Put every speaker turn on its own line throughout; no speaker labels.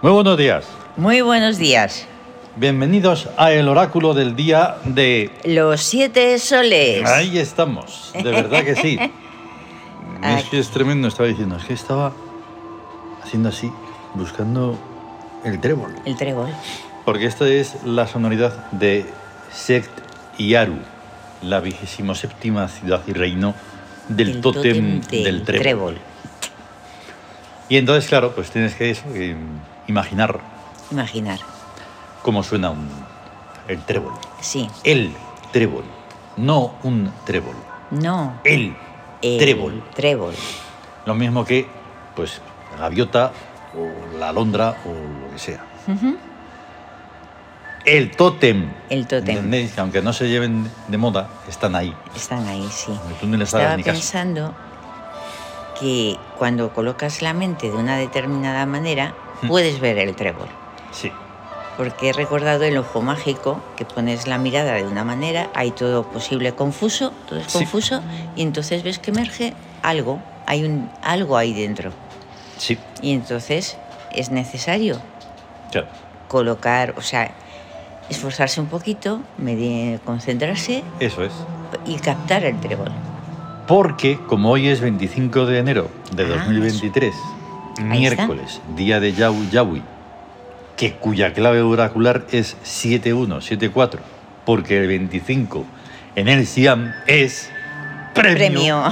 Muy buenos días.
Muy buenos días.
Bienvenidos a el oráculo del día de...
Los siete soles.
Ahí estamos, de verdad que sí. es que es tremendo, estaba diciendo, es que estaba haciendo así, buscando el trébol.
El trébol.
Porque esta es la sonoridad de Sekt Iaru, la vigésima séptima ciudad y reino del
El
tótem,
tótem
del trébol. Y entonces, claro, pues tienes que, eso, que imaginar
Imaginar.
cómo suena un, el trébol.
Sí.
El trébol, no un trébol.
No.
El,
el
trébol.
Trébol.
Lo mismo que, pues, la gaviota o la alondra o lo que sea.
Ujú.
El tótem.
El tótem.
¿Entendéis? Que aunque no se lleven de moda, están ahí.
Están ahí, sí.
Aunque tú no les hagas
Estaba
ni caso.
pensando que cuando colocas la mente de una determinada manera,
Hmm.
puedes ver el trébol.
Sí.
Porque he recordado el ojo mágico, que pones la mirada de una manera, hay todo posible confuso, todo es
Sí.
confuso, y entonces ves que emerge algo, hay un algo ahí dentro.
Sí.
Y entonces es necesario
Claro.
colocar, o sea, esforzarse un poquito, medi- concentrarse
Eso es.
y captar el trébol.
Porque como hoy es 25 de enero de
Ah,
2023,
Ahí está.
miércoles, día de Yau Yaui, que cuya clave oracular es 7174, porque el 25 en el Siam es premio.
Premio.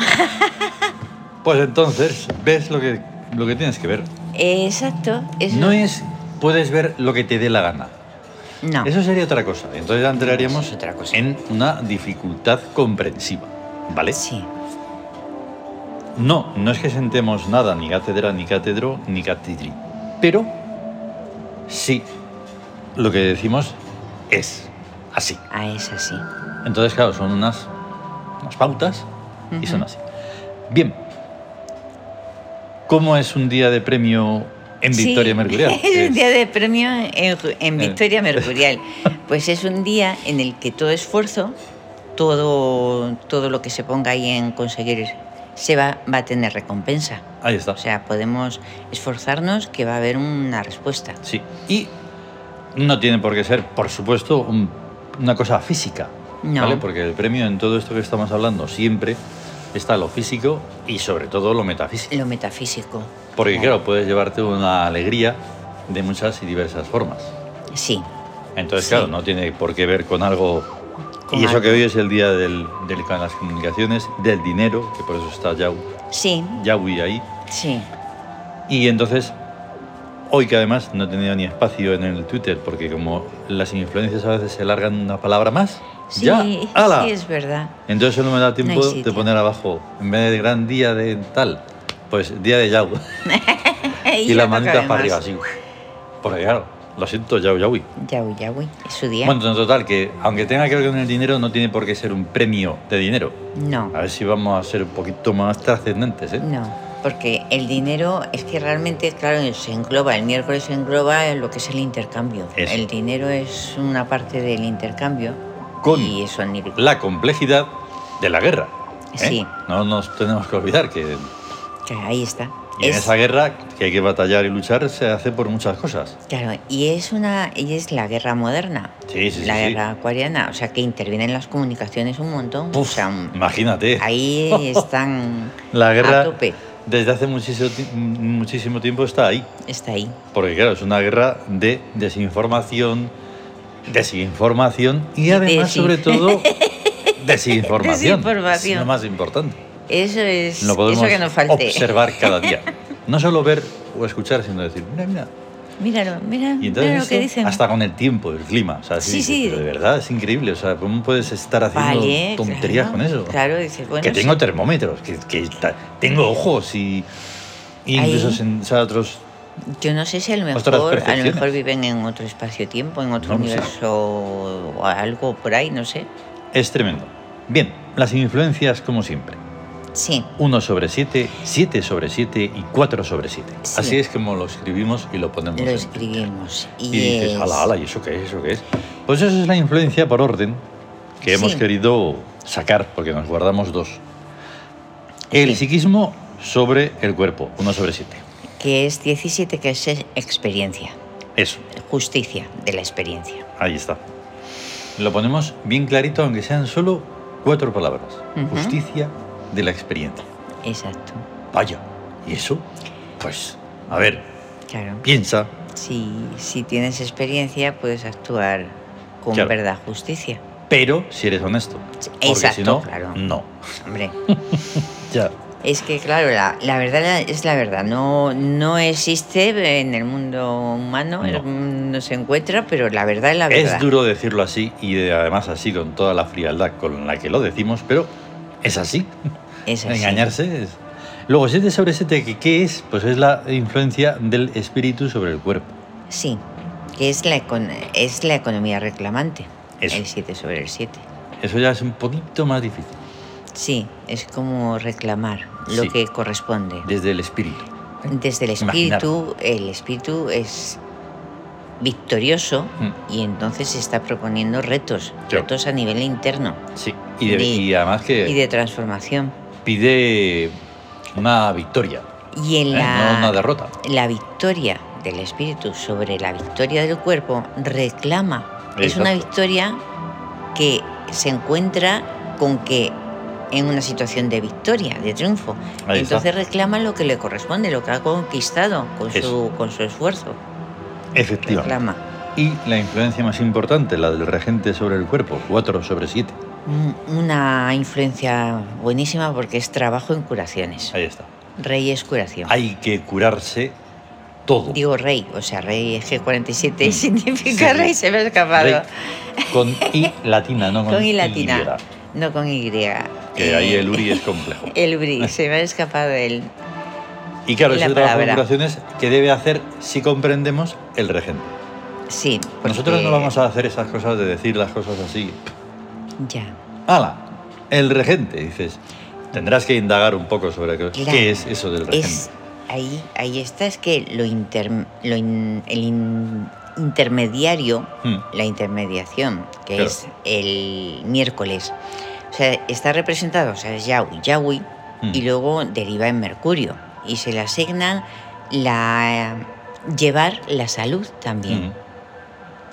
Pues entonces ves lo que, lo que tienes que ver.
Eh, Exacto. Eso.
No es puedes ver lo que te dé la gana.
No.
Eso sería otra cosa. Entonces entraríamos
Ah. Eso es otra cosa.
en una dificultad comprensiva. ¿Vale?
Sí.
No, no es que sentemos nada, ni cátedra, ni cátedro, ni catedri. Pero sí, lo que decimos es así.
Ah, es así.
Entonces, claro, son unas, unas pautas y son así. Bien. ¿Cómo es un día de premio en Victoria
Sí,
Mercurial?
Es
Es-
un día de premio en, ju- en
Eh.
Victoria Mercurial. Pues es un día en el que todo esfuerzo, todo, todo lo que se ponga ahí en conseguir, se va, va a tener recompensa.
Ahí está.
O sea, podemos esforzarnos que va a haber una respuesta.
Sí. Y no tiene por qué ser, por supuesto, un- una cosa física.
No.
¿Vale? Porque el premio en todo esto que estamos hablando siempre está lo físico y sobre todo lo metafísico.
Lo metafísico. Ah,
Porque claro, puedes llevarte una alegría de muchas y diversas formas.
Sí,
Entonces,
Sí.
claro, no tiene por qué ver con algo...
Con
y eso
algo.
que hoy es el día del, del- con las comunicaciones, del dinero, que por eso está Yau,
sí,
Yaui ahí.
sí.
Y entonces, hoy que además no he tenido ni espacio en el Twitter, porque como las influencias a veces se largan una palabra más,
Sí,
ya, ¡hala!
sí, es verdad.
Entonces no me da tiempo de
sitio.
poner abajo, en vez de gran día de tal, pues día de Yau. y
ya
la
no
manita
cabe
para arriba,
más.
así. Porque claro, lo siento, Yau Yaui.
Yaui, yaui. Es su día.
Bueno, en total, que aunque tenga que ver con el dinero, no tiene por qué ser un premio de dinero.
no.
A ver si vamos a ser un poquito más trascendentes, ¿eh?
No, porque el dinero es que realmente, claro, se engloba, el miércoles se engloba lo que es el intercambio.
Eso.
El dinero es una parte del intercambio
Con
y eso en el-
La complejidad de la guerra. ¿eh?
Sí.
No nos tenemos que olvidar que
que ahí está.
y en
Es-
esa guerra que hay que batallar y luchar se hace por muchas cosas.
Claro, y es una y es la guerra moderna.
Sí, sí, sí,
la
sí.
guerra acuariana, o sea que intervienen las comunicaciones un montón. o
Puf,
sea, un-
imagínate.
ahí están
la
a
guerra
tope.
desde hace muchísimo, ti- muchísimo tiempo está ahí.
Está ahí.
Porque claro, es una guerra de desinformación, desinformación y además
Desin-
sobre todo desinformación.
Desinformación.
Es lo más importante.
Eso es
Lo podemos
eso que nos falte.
observar cada día. No solo ver o escuchar, sino decir, mira, mira.
Míralo, mira,
Y entonces
mira lo
esto,
que dicen.
hasta con el tiempo, el clima. O sea,
Sí,
sí,
sí.
pero de verdad es increíble. O sea, ¿cómo puedes estar haciendo
Vale,
tonterías
claro,
con eso?
Claro, dices, bueno,
que
sí.
tengo termómetros, que, que ta- tengo ojos y, y
Ahí.
incluso sen- o sea, otros.
Yo no sé si a lo
Otras
mejor, a lo
percepciones.
mejor viven en otro espacio-tiempo, en
No
otro
lo sé.
universo o algo por ahí, no sé.
Es tremendo. Bien, las influencias como siempre.
Sí,
1 sobre 7, 7 sobre 7 y 4 sobre 7.
Sí.
Así es como lo escribimos y lo ponemos.
lo
en-
escribimos.
Y
Y,
dices,
es-
ala, ala, ¿y eso qué es? ¿Eso qué es? Pues eso es la influencia por orden que hemos
Sí.
querido sacar, porque nos guardamos dos. El
Sí.
psiquismo sobre el cuerpo, 1 sobre 7.
que es 17, que es experiencia,
Eso,
justicia de la experiencia.
ahí está. Lo ponemos bien clarito, aunque sean solo cuatro palabras.
Ujú.
Justicia de la experiencia.
Exacto,
Vaya, ¿y eso? Pues, a ver,
claro.
piensa.
Si, si tienes experiencia, puedes actuar con
Claro.
verdad, justicia.
Pero si eres honesto. Porque si
exacto,
no,
claro.
no.
Hombre,
Ya.
es que claro, la, la verdad la- es la verdad. No, no existe en el mundo
No.
humano, el- no. se encuentra, pero la verdad es la verdad.
Es duro decirlo así y de- además así con toda la frialdad con la que lo decimos, pero es así.
Es así.
Engañarse es. Luego, 7 sobre 7, ¿qué, ¿qué es? Pues es la influencia del espíritu sobre el cuerpo.
Sí, que es la, econ- es la economía reclamante,
Eso.
el 7 sobre el 7.
Eso ya es un poquito más difícil,
Sí, es como reclamar lo
Sí.
que corresponde.
desde el espíritu.
Desde el
Imaginar.
espíritu, el espíritu es victorioso
Mm.
y entonces se está proponiendo retos,
Claro.
retos a nivel interno
Sí, y, de-
De-
y además que
y de transformación.
pide una victoria,
Y en
¿eh?
la,
no una derrota.
la victoria del espíritu sobre la victoria del cuerpo reclama. Es una
Exacto.
victoria que se encuentra con que en una situación de victoria, de triunfo.
Ahí está.
Entonces reclama lo que le corresponde, lo que ha conquistado con, su,
Eso.
con su esfuerzo.
Efectivamente.
Reclama.
Y la influencia más importante, la del regente sobre el cuerpo, 4 sobre 7.
Un- Mm, Una influencia buenísima porque es trabajo en curaciones.
Ahí está.
Rey es curación.
Hay que curarse todo.
Digo rey, o sea, rey es G47
Mm.
significa
Sí.
rey, se me ha escapado.
Rey con I latina, no con,
con I
Y.
latina, no con Y.
Que
Eh,
ahí el URI es complejo.
El Uri, se me ha escapado el...
Y claro,
La
ese trabajo de
palabra.
curaciones que debe hacer, si comprendemos, el regente.
Sí.
Nosotros
porque-
no vamos a hacer esas cosas de decir las cosas así.
Ya,
¡Hala! El regente, dices. Tendrás que indagar un poco sobre qué,
Claro.
qué es eso del regente.
es... Ahí, ahí está, es que lo inter, lo in- el in- intermediario
Hmm.
la intermediación, que
Claro.
es el miércoles. O sea, está representado, o sea, es Yahweh, Yahweh,
Mm.
y luego deriva en Mercurio. Y se le asignan la llevar la salud también.
Mm.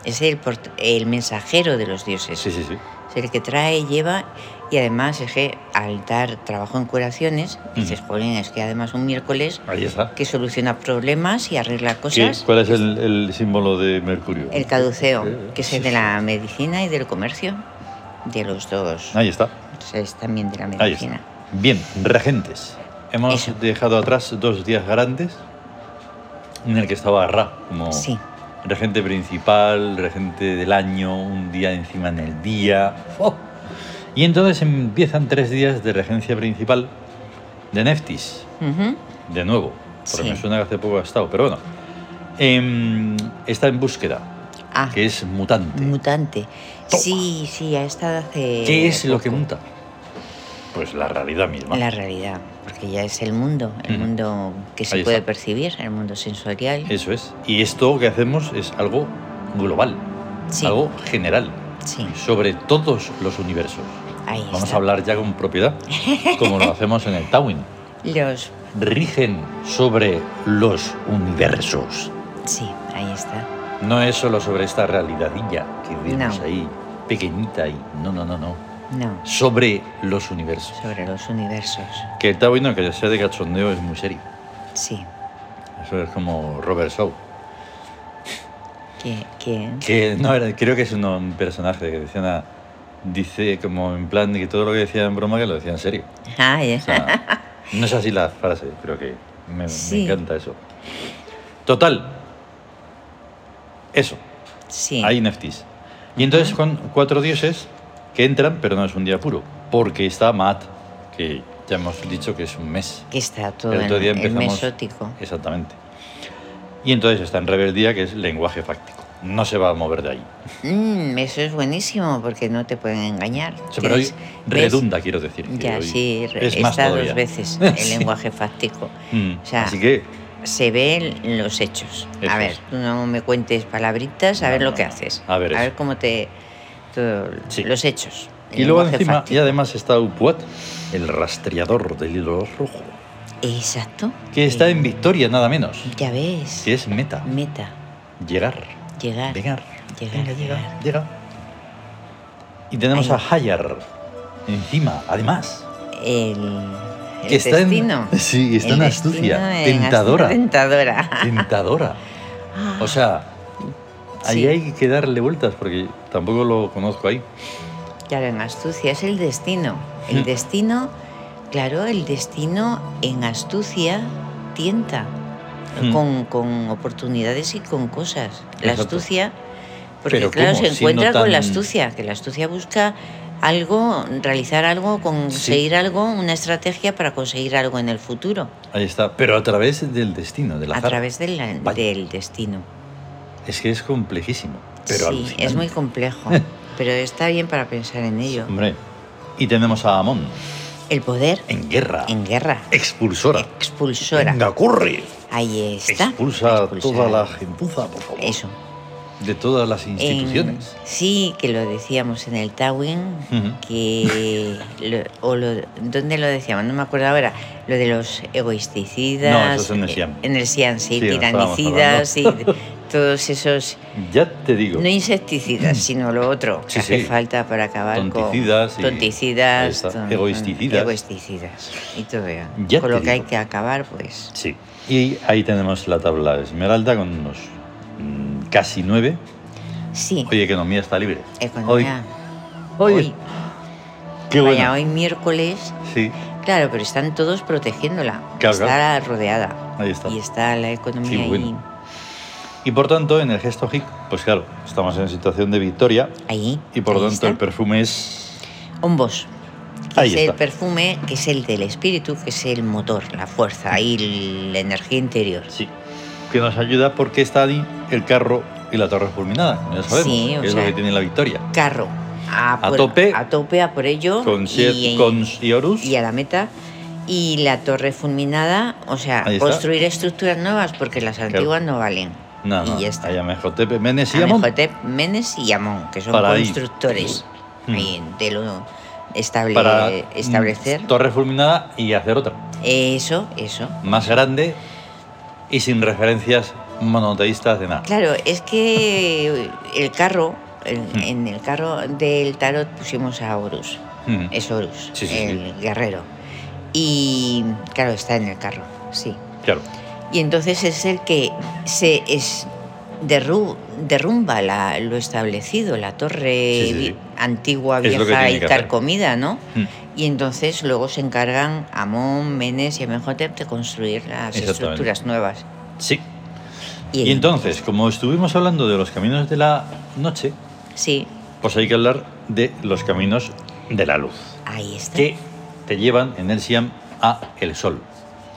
Es el, port- el mensajero de los dioses.
Sí, sí, sí.
Es el que trae, lleva, y además es que al dar trabajo en curaciones, dices,
Mm.
jolín, es que además un miércoles
Ahí está.
que soluciona problemas y arregla
¿Qué-
cosas.
¿Cuál es el, el símbolo de Mercurio?
El caduceo,
Eh,
que es
sí,
el de
sí.
la medicina y del comercio, de los dos.
Ahí está.
O sea, es también de la
Ahí está.
medicina.
Bien, regentes. Hemos
Eso.
dejado atrás dos días grandes en el que estaba Ra como
Sí,
regente principal, regente del año, un día encima en el día. ¡Oh! Y entonces empiezan tres días de regencia principal de Neftis,
ujú,
de nuevo, porque
Sí.
me suena que hace poco ha estado, pero bueno. Em, está en búsqueda,
Ah,
que es mutante.
mutante.
Toma.
Sí, sí, ha estado hace.
¿Qué es lo que
poco.
muta? Pues la realidad misma.
La realidad, porque ya es el mundo, el
Ujú.
mundo que se
Ahí
puede
está.
percibir, el mundo sensorial.
Eso es. Y esto que hacemos es algo global,
sí,
algo general,
sí,
sobre todos los universos.
ahí
Vamos
está.
a hablar ya con propiedad, como lo hacemos en el Tawin.
Los.
Rigen sobre los universos.
Sí, ahí está.
No es solo sobre esta realidadilla que vemos
No.
ahí, pequeñita y no, no, no, no.
No,
Sobre los universos.
sobre los universos.
Que el Tawin, aunque sea de cachondeo, es muy serio.
Sí,
Eso es como Robert Shaw.
que. que...
Que no era, creo que es un, un personaje que decía una- dice como en plan de que todo lo que decía en broma que lo decía en serio.
Ah, ya.
O sea, no es así la frase, creo que me, me
Sí.
encanta eso. Total. Eso,
Sí,
hay neftis. Y entonces con cuatro dioses que entran, pero no es un día puro, porque está Maat, que ya hemos dicho que es un mes.
que está todo
El
en
otro día
el
empezamos-
mesótico.
Exactamente. Y entonces está en rebeldía, que es lenguaje fáctico. No se va a mover de ahí.
Mm, eso es buenísimo porque no te pueden engañar.
Sí, pero hoy
Tienes- ves-
redunda, quiero decir. que
Ya,
hoy
sí, re-
es más
está
todavía.
dos veces el em-
Sí.
lenguaje fáctico.
Mm,
o sea,
Así que,
Se ven los hechos.
Eso
a ver,
es.
tú no me cuentes palabritas, a
No,
ver lo
no,
que
no.
haces.
A ver eso.
cómo te. todo-
Sí.
Los hechos. el
y luego
lenguaje
encima, y
fáctico.
además está Upuat, el rastreador del hilo rojo.
Exacto.
que está
Eh,
en Victoria nada menos,
Ya ves.
que es meta,
Meta.
llegar,
Llegar.
llegar,
Ah, Llegar,
venga, llega,
llegar.
llega. Y tenemos
Ahí.
a Hayar encima, además,
El, el
que está
destino.
en sí, está
El
en
destino
astucia,
en
tentadora,
Astucia Tentadora.
tentadora. O sea, ahí
Sí.
hay que darle vueltas porque tampoco lo conozco ahí.
Claro, en astucia es el destino. El
Mm.
destino, claro, el destino en astucia tienta
Mm.
con, con oportunidades y con cosas. La
Exacto.
astucia, porque
Pero
claro,
¿cómo?
se
Siendo
encuentra con la
tan-
astucia, que la astucia busca algo, realizar algo, conseguir algo, una estrategia para conseguir algo en el futuro,
Ahí está, pero a través del destino, del
a
azar.
través de la-
Vaya.
del destino.
Es que es complejísimo, pero
sí,
alucinante.
es muy complejo, pero está bien para pensar en ello.
Hombre, y tenemos a Amon
El poder
en guerra,
en guerra.
Eh, expulsora.
Expulsora.
Venga, corre.
Ahí está.
Expulsa a
Expulsar.
toda la gentuza, por favor.
Eso.
De todas las instituciones.
En- sí, que lo decíamos en el Tawin,
Ujú.
que... lo- o lo- ¿Dónde lo decíamos? No me acuerdo ahora. Lo de los egoisticidas.
No, eso es en el Siam.
eh, En el Siam, sí.
Sí, lo estábamos
tiranicidas y todos esos...
Ya te digo.
No insecticidas, sino lo otro que
Sí,
hace
sí.
falta para acabar
Tonticidas y-
con... Tonticidas.
Ahí está.
ton-
Egoisticidas.
Egoisticidas. Y todo. ello.
Ya
con
te
lo que hay
digo.
que acabar, pues...
Sí. Y ahí tenemos la tabla esmeralda con unos mm, casi nueve.
Sí.
Oye, economía está libre.
Economía.
Hoy.
Hoy.
Qué bueno.
Vaya, hoy miércoles.
Sí.
Claro, pero están todos protegiéndola.
Claro,
está
claro.
rodeada.
Ahí está.
Y está la economía
Qué bueno. Y por tanto, en el gesto hic, pues claro, estamos en situación de victoria.
ahí. Ahí.
Y por
ahí
tanto,
está.
el perfume es.
Ombos. Que
Ahí
es
está.
el perfume, que es el del espíritu, que es el motor, la fuerza y la energía interior.
Sí. Que nos ayuda porque está ahí el carro y la torre fulminada. como Ya sabemos.
Sí, o
que es lo
sea-
que tiene la victoria.
Carro. A, por-
tope.
A tope, a por ello.
Con, Sier-
y,
con Siorus.
y a la meta. Y la torre fulminada, o sea,
Ahí está.
construir estructuras nuevas porque las antiguas no valen.
No,
y
no,
ya está.
hay Amejotepe, Menes y Amón.
Amejotep, Menes y Amón, que son
Para ahí.
constructores
Mm.
ahí de lo estable,
Para
establecer.
mm, Torre fulminada y hacer otra.
Eso, eso.
Más grande y sin referencias monoteístas de nada.
Claro, es que el carro, el-
Hmm.
en el carro del tarot pusimos a Horus.
Mm.
Es Horus,
Sí, sí, sí.
el guerrero. Y claro, está en el carro, sí.
Claro.
Y entonces es el que se es derru- derrumba la- lo establecido, la torre
Sí, sí, sí.
vi- antigua,
Es lo que
vieja
tiene
y
que hacer.
carcomida, ¿no?
Mm.
Y entonces luego se encargan Amón, Menes y Amenhotep de construir las
Exactamente.
estructuras nuevas.
Sí.
el-
Y entonces, como estuvimos hablando de los caminos de la noche,
Sí,
pues hay que hablar de los caminos de la luz,
ahí está.
que te llevan en el Siam a el sol.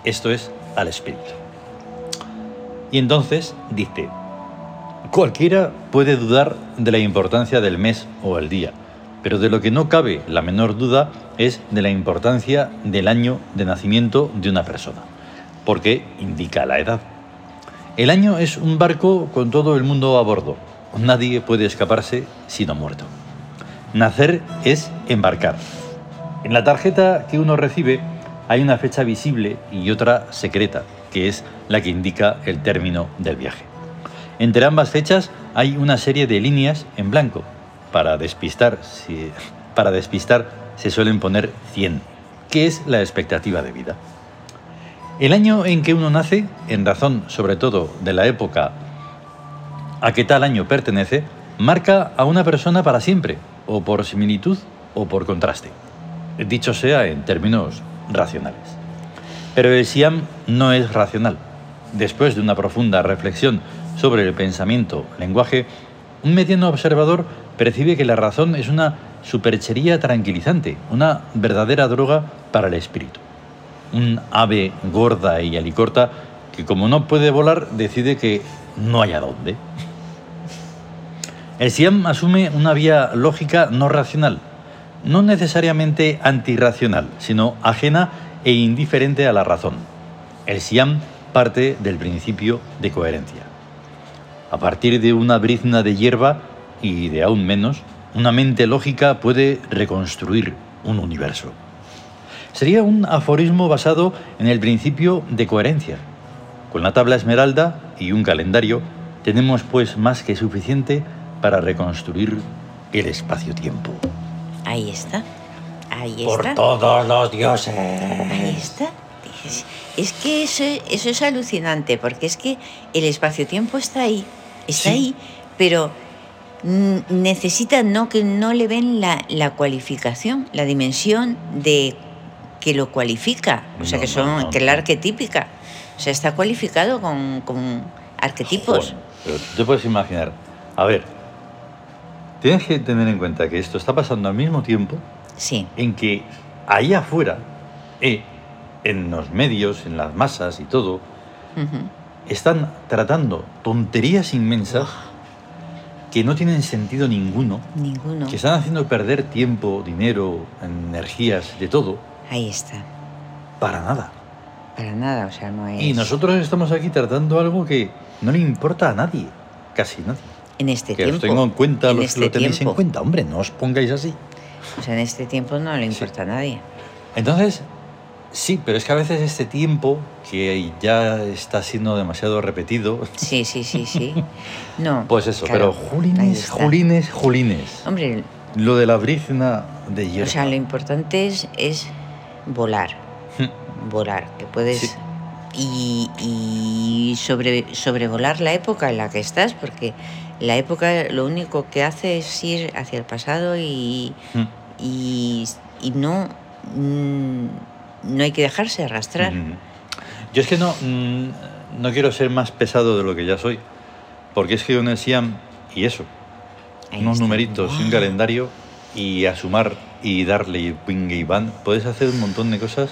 Esto es al espíritu. Y entonces dice, cualquiera puede dudar de la importancia del mes o el día, pero de lo que no cabe la menor duda es de la importancia del año de nacimiento de una persona, porque indica la edad. El año es un barco con todo el mundo a bordo. Nadie puede escaparse sino muerto. Nacer es embarcar. En la tarjeta que uno recibe hay una fecha visible y otra secreta, que es la que indica el término del viaje. Entre ambas fechas hay una serie de líneas en blanco. Para despistar, si- para despistar se suelen poner 100, que es la expectativa de vida. El año en que uno nace, en razón sobre todo de la época a que tal año pertenece, marca a una persona para siempre, o por similitud o por contraste. Dicho sea en términos racionales. Pero el Siam no es racional. Después de una profunda reflexión sobre el pensamiento, lenguaje, un mediano observador percibe que la razón es una superchería tranquilizante, una verdadera droga para el espíritu un ave gorda y alicorta que como no puede volar decide que no hay a dónde. El Siam asume una vía lógica no racional, no necesariamente antirracional, sino ajena e indiferente a la razón. El Siam parte del principio de coherencia. A partir de una brizna de hierba, y de aún menos, una mente lógica puede reconstruir un universo. Sería un aforismo basado en el principio de coherencia. Con la tabla esmeralda y un calendario, tenemos pues más que suficiente para reconstruir el espacio-tiempo.
Ahí está. Ahí
Por
está.
todos los dioses.
Ahí está. Es, es que eso, eso es alucinante, porque es que el espacio-tiempo está ahí, está
Sí.
ahí, pero mm, necesita no que no le ven la, la cualificación, la dimensión de que lo cualifica, o sea
No,
que
no,
son
no,
que
no.
la arquetípica, o sea está cualificado con, con arquetipos.
Joder, pero tú te puedes imaginar. A ver, tienes que tener en cuenta que esto está pasando al mismo tiempo
Sí,
en que ahí afuera, eh, en los medios, en las masas y todo,
ujú,
están tratando tonterías inmensas que no tienen sentido ninguno,
ninguno.
que están haciendo perder tiempo, dinero, energías, de todo,
Ahí está,
para nada.
para nada, o sea no es.
Y nosotros estamos aquí tratando algo que no le importa a nadie, casi nadie.
en este
Que
tiempo.
os tengo en cuenta,
en
los
este
lo tenéis
tiempo.
en cuenta, hombre, no os pongáis así.
O sea, en este tiempo no le
Sí.
importa a nadie.
Entonces, sí, pero es que a veces este tiempo, que ya está siendo demasiado repetido,
Sí, sí, sí, sí. No.
pues eso,
claro,
pero
ahí
Julines,
está.
Julines, Julines.
Hombre,
Lo de la brizna de hierro.
o sea, lo importante es, es volar, volar, que puedes...
Sí.
Y, y sobre, sobrevolar la época en la que estás, porque la época lo único que hace es ir hacia el pasado y, y, y no, mm, no hay que dejarse arrastrar.
Mm. Yo es que no, mm, no quiero ser más pesado de lo que ya soy, porque es que yo en el SIAM, y eso,
Ahí
unos
está. Ah.
numeritos y un calendario, y a sumar y darle y ping y van, puedes hacer un montón de cosas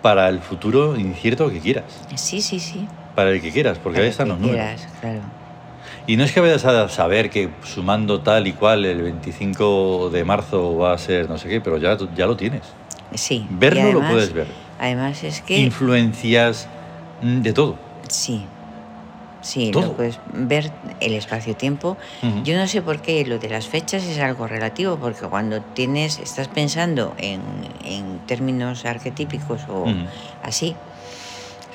para el futuro incierto que quieras,
Sí, sí, sí.
para el que quieras, porque ahí
Lo
están
que
los números.
quieras, Claro.
Y no es que vayas a saber que sumando tal y cual el 25 de marzo va a ser no sé qué, pero ya, ya lo tienes.
Sí. y
Verlo lo
además-
puedes ver.
Además es que...
Influencias mm, de todo.
Sí, sí,
Todo.
lo puedes ver el espacio-tiempo.
Ujú.
Yo no sé por qué lo de las fechas es algo relativo, porque cuando tienes, estás pensando en, en términos arquetípicos o
Ujú.
así,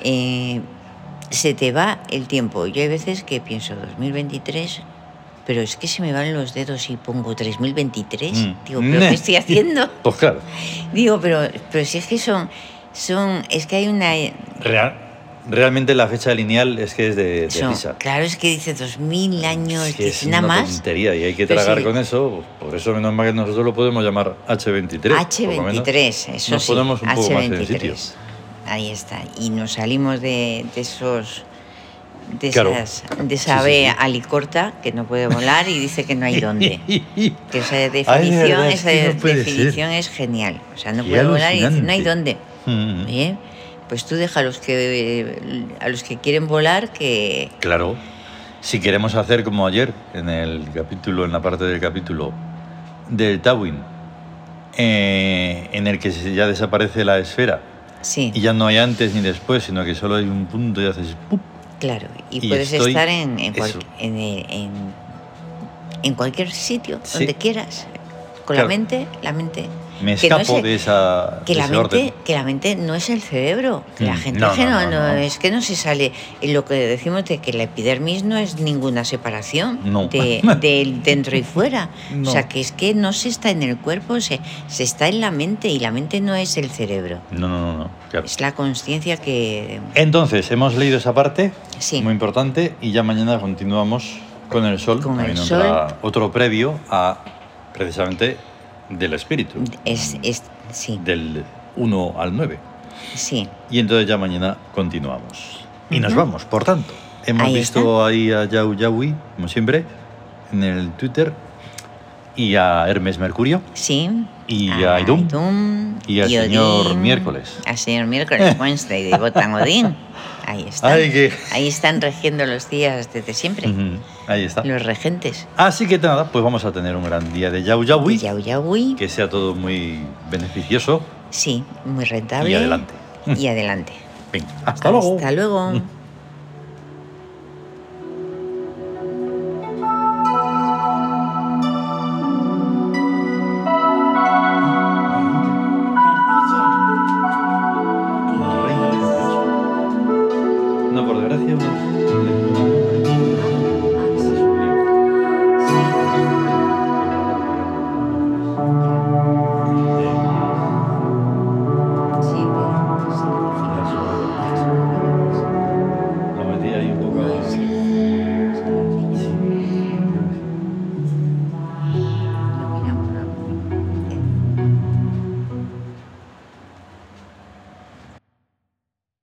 eh, se te va el tiempo. Yo hay veces que pienso 2023, pero es que se me van los dedos y pongo 3023.
Mm.
Digo, ¿pero
Ne.
qué estoy haciendo?
Pues claro,
Digo, pero, pero si es que son, son, es que hay una
real- realmente la fecha lineal es que es de, de
Eso,
risa.
Claro, es que dice dos mil años,
Es que es
dice nada
una
más.
tontería y hay que
Pero
tragar
sí.
con eso. Por eso menos mal que nosotros lo podemos llamar H23. por lo menos.
H23, eso
nos
sí.
ponemos un poco más en el
H23. Ahí está. Y nos salimos de, de esos. De,
Claro.
esas- de
Sí, sí,
esa ave
sí.
alicorta que no puede volar y dice que no hay dónde. Que esa definición,
verdad, es
esa
que no puede
definición es genial. O sea, no
Qué
puede volar y dice no hay
alucinante.
dónde.
Mm,
Bien, Pues tú deja a los que, a los que quieren volar que.
Claro. Si queremos hacer como ayer, en el capítulo, en la parte del capítulo del Tawin, eh, en el que se- ya desaparece la esfera
Sí,
y ya no hay antes ni después, sino que solo hay un punto y haces ¡pup!
Claro, y,
Y
puedes
estoy-
estar en, en, cual-
eso.
en, eh, en- en cualquier sitio,
Sí.
donde quieras, con
Claro.
la mente, la mente.
Me
Que no
escapo
es el-
de esa.
Que
de
la,
ese orden.
mente, que la mente no es el cerebro, que la
Mm,
gente
no,
que
no,
no,
no,
no,
no.
es que no se sale. Y Lo que decimos de que la epidermis no es ninguna separación
No.
de, del dentro y fuera.
No.
O sea, que es que no se está en el cuerpo, se, se está en la mente y la mente no es el cerebro,
No, no, no, no, claro.
es la conciencia que...
Entonces, hemos leído esa parte,
Sí.
muy importante, y ya mañana continuamos con el sol.
Con
También
el
otra- Otro previo a, precisamente, del espíritu,
Es, es, sí,
del 1 al 9.
sí.
Y entonces ya mañana continuamos. Y nos
Ujú.
vamos, por tanto. Hemos
Ahí
visto ahí a Yau Yaui, como siempre, en el Twitter, y a Hermes Mercurio.
Sí. Ah,
Y a Idun. Y al
Odín.
señor miércoles.
Al señor miércoles, Wednesday, de Botan Odín. Ahí está.
Ay, Mm. que-
Ahí están regiendo los días desde siempre.
Ujú, Ahí está.
Los regentes.
Así que nada, pues vamos a tener un gran día de Yau Yaui.
De Yau Yaui.
que sea todo muy beneficioso
Sí, muy rentable.
y adelante.
Y adelante.
Venga, hasta luego.
Hasta luego.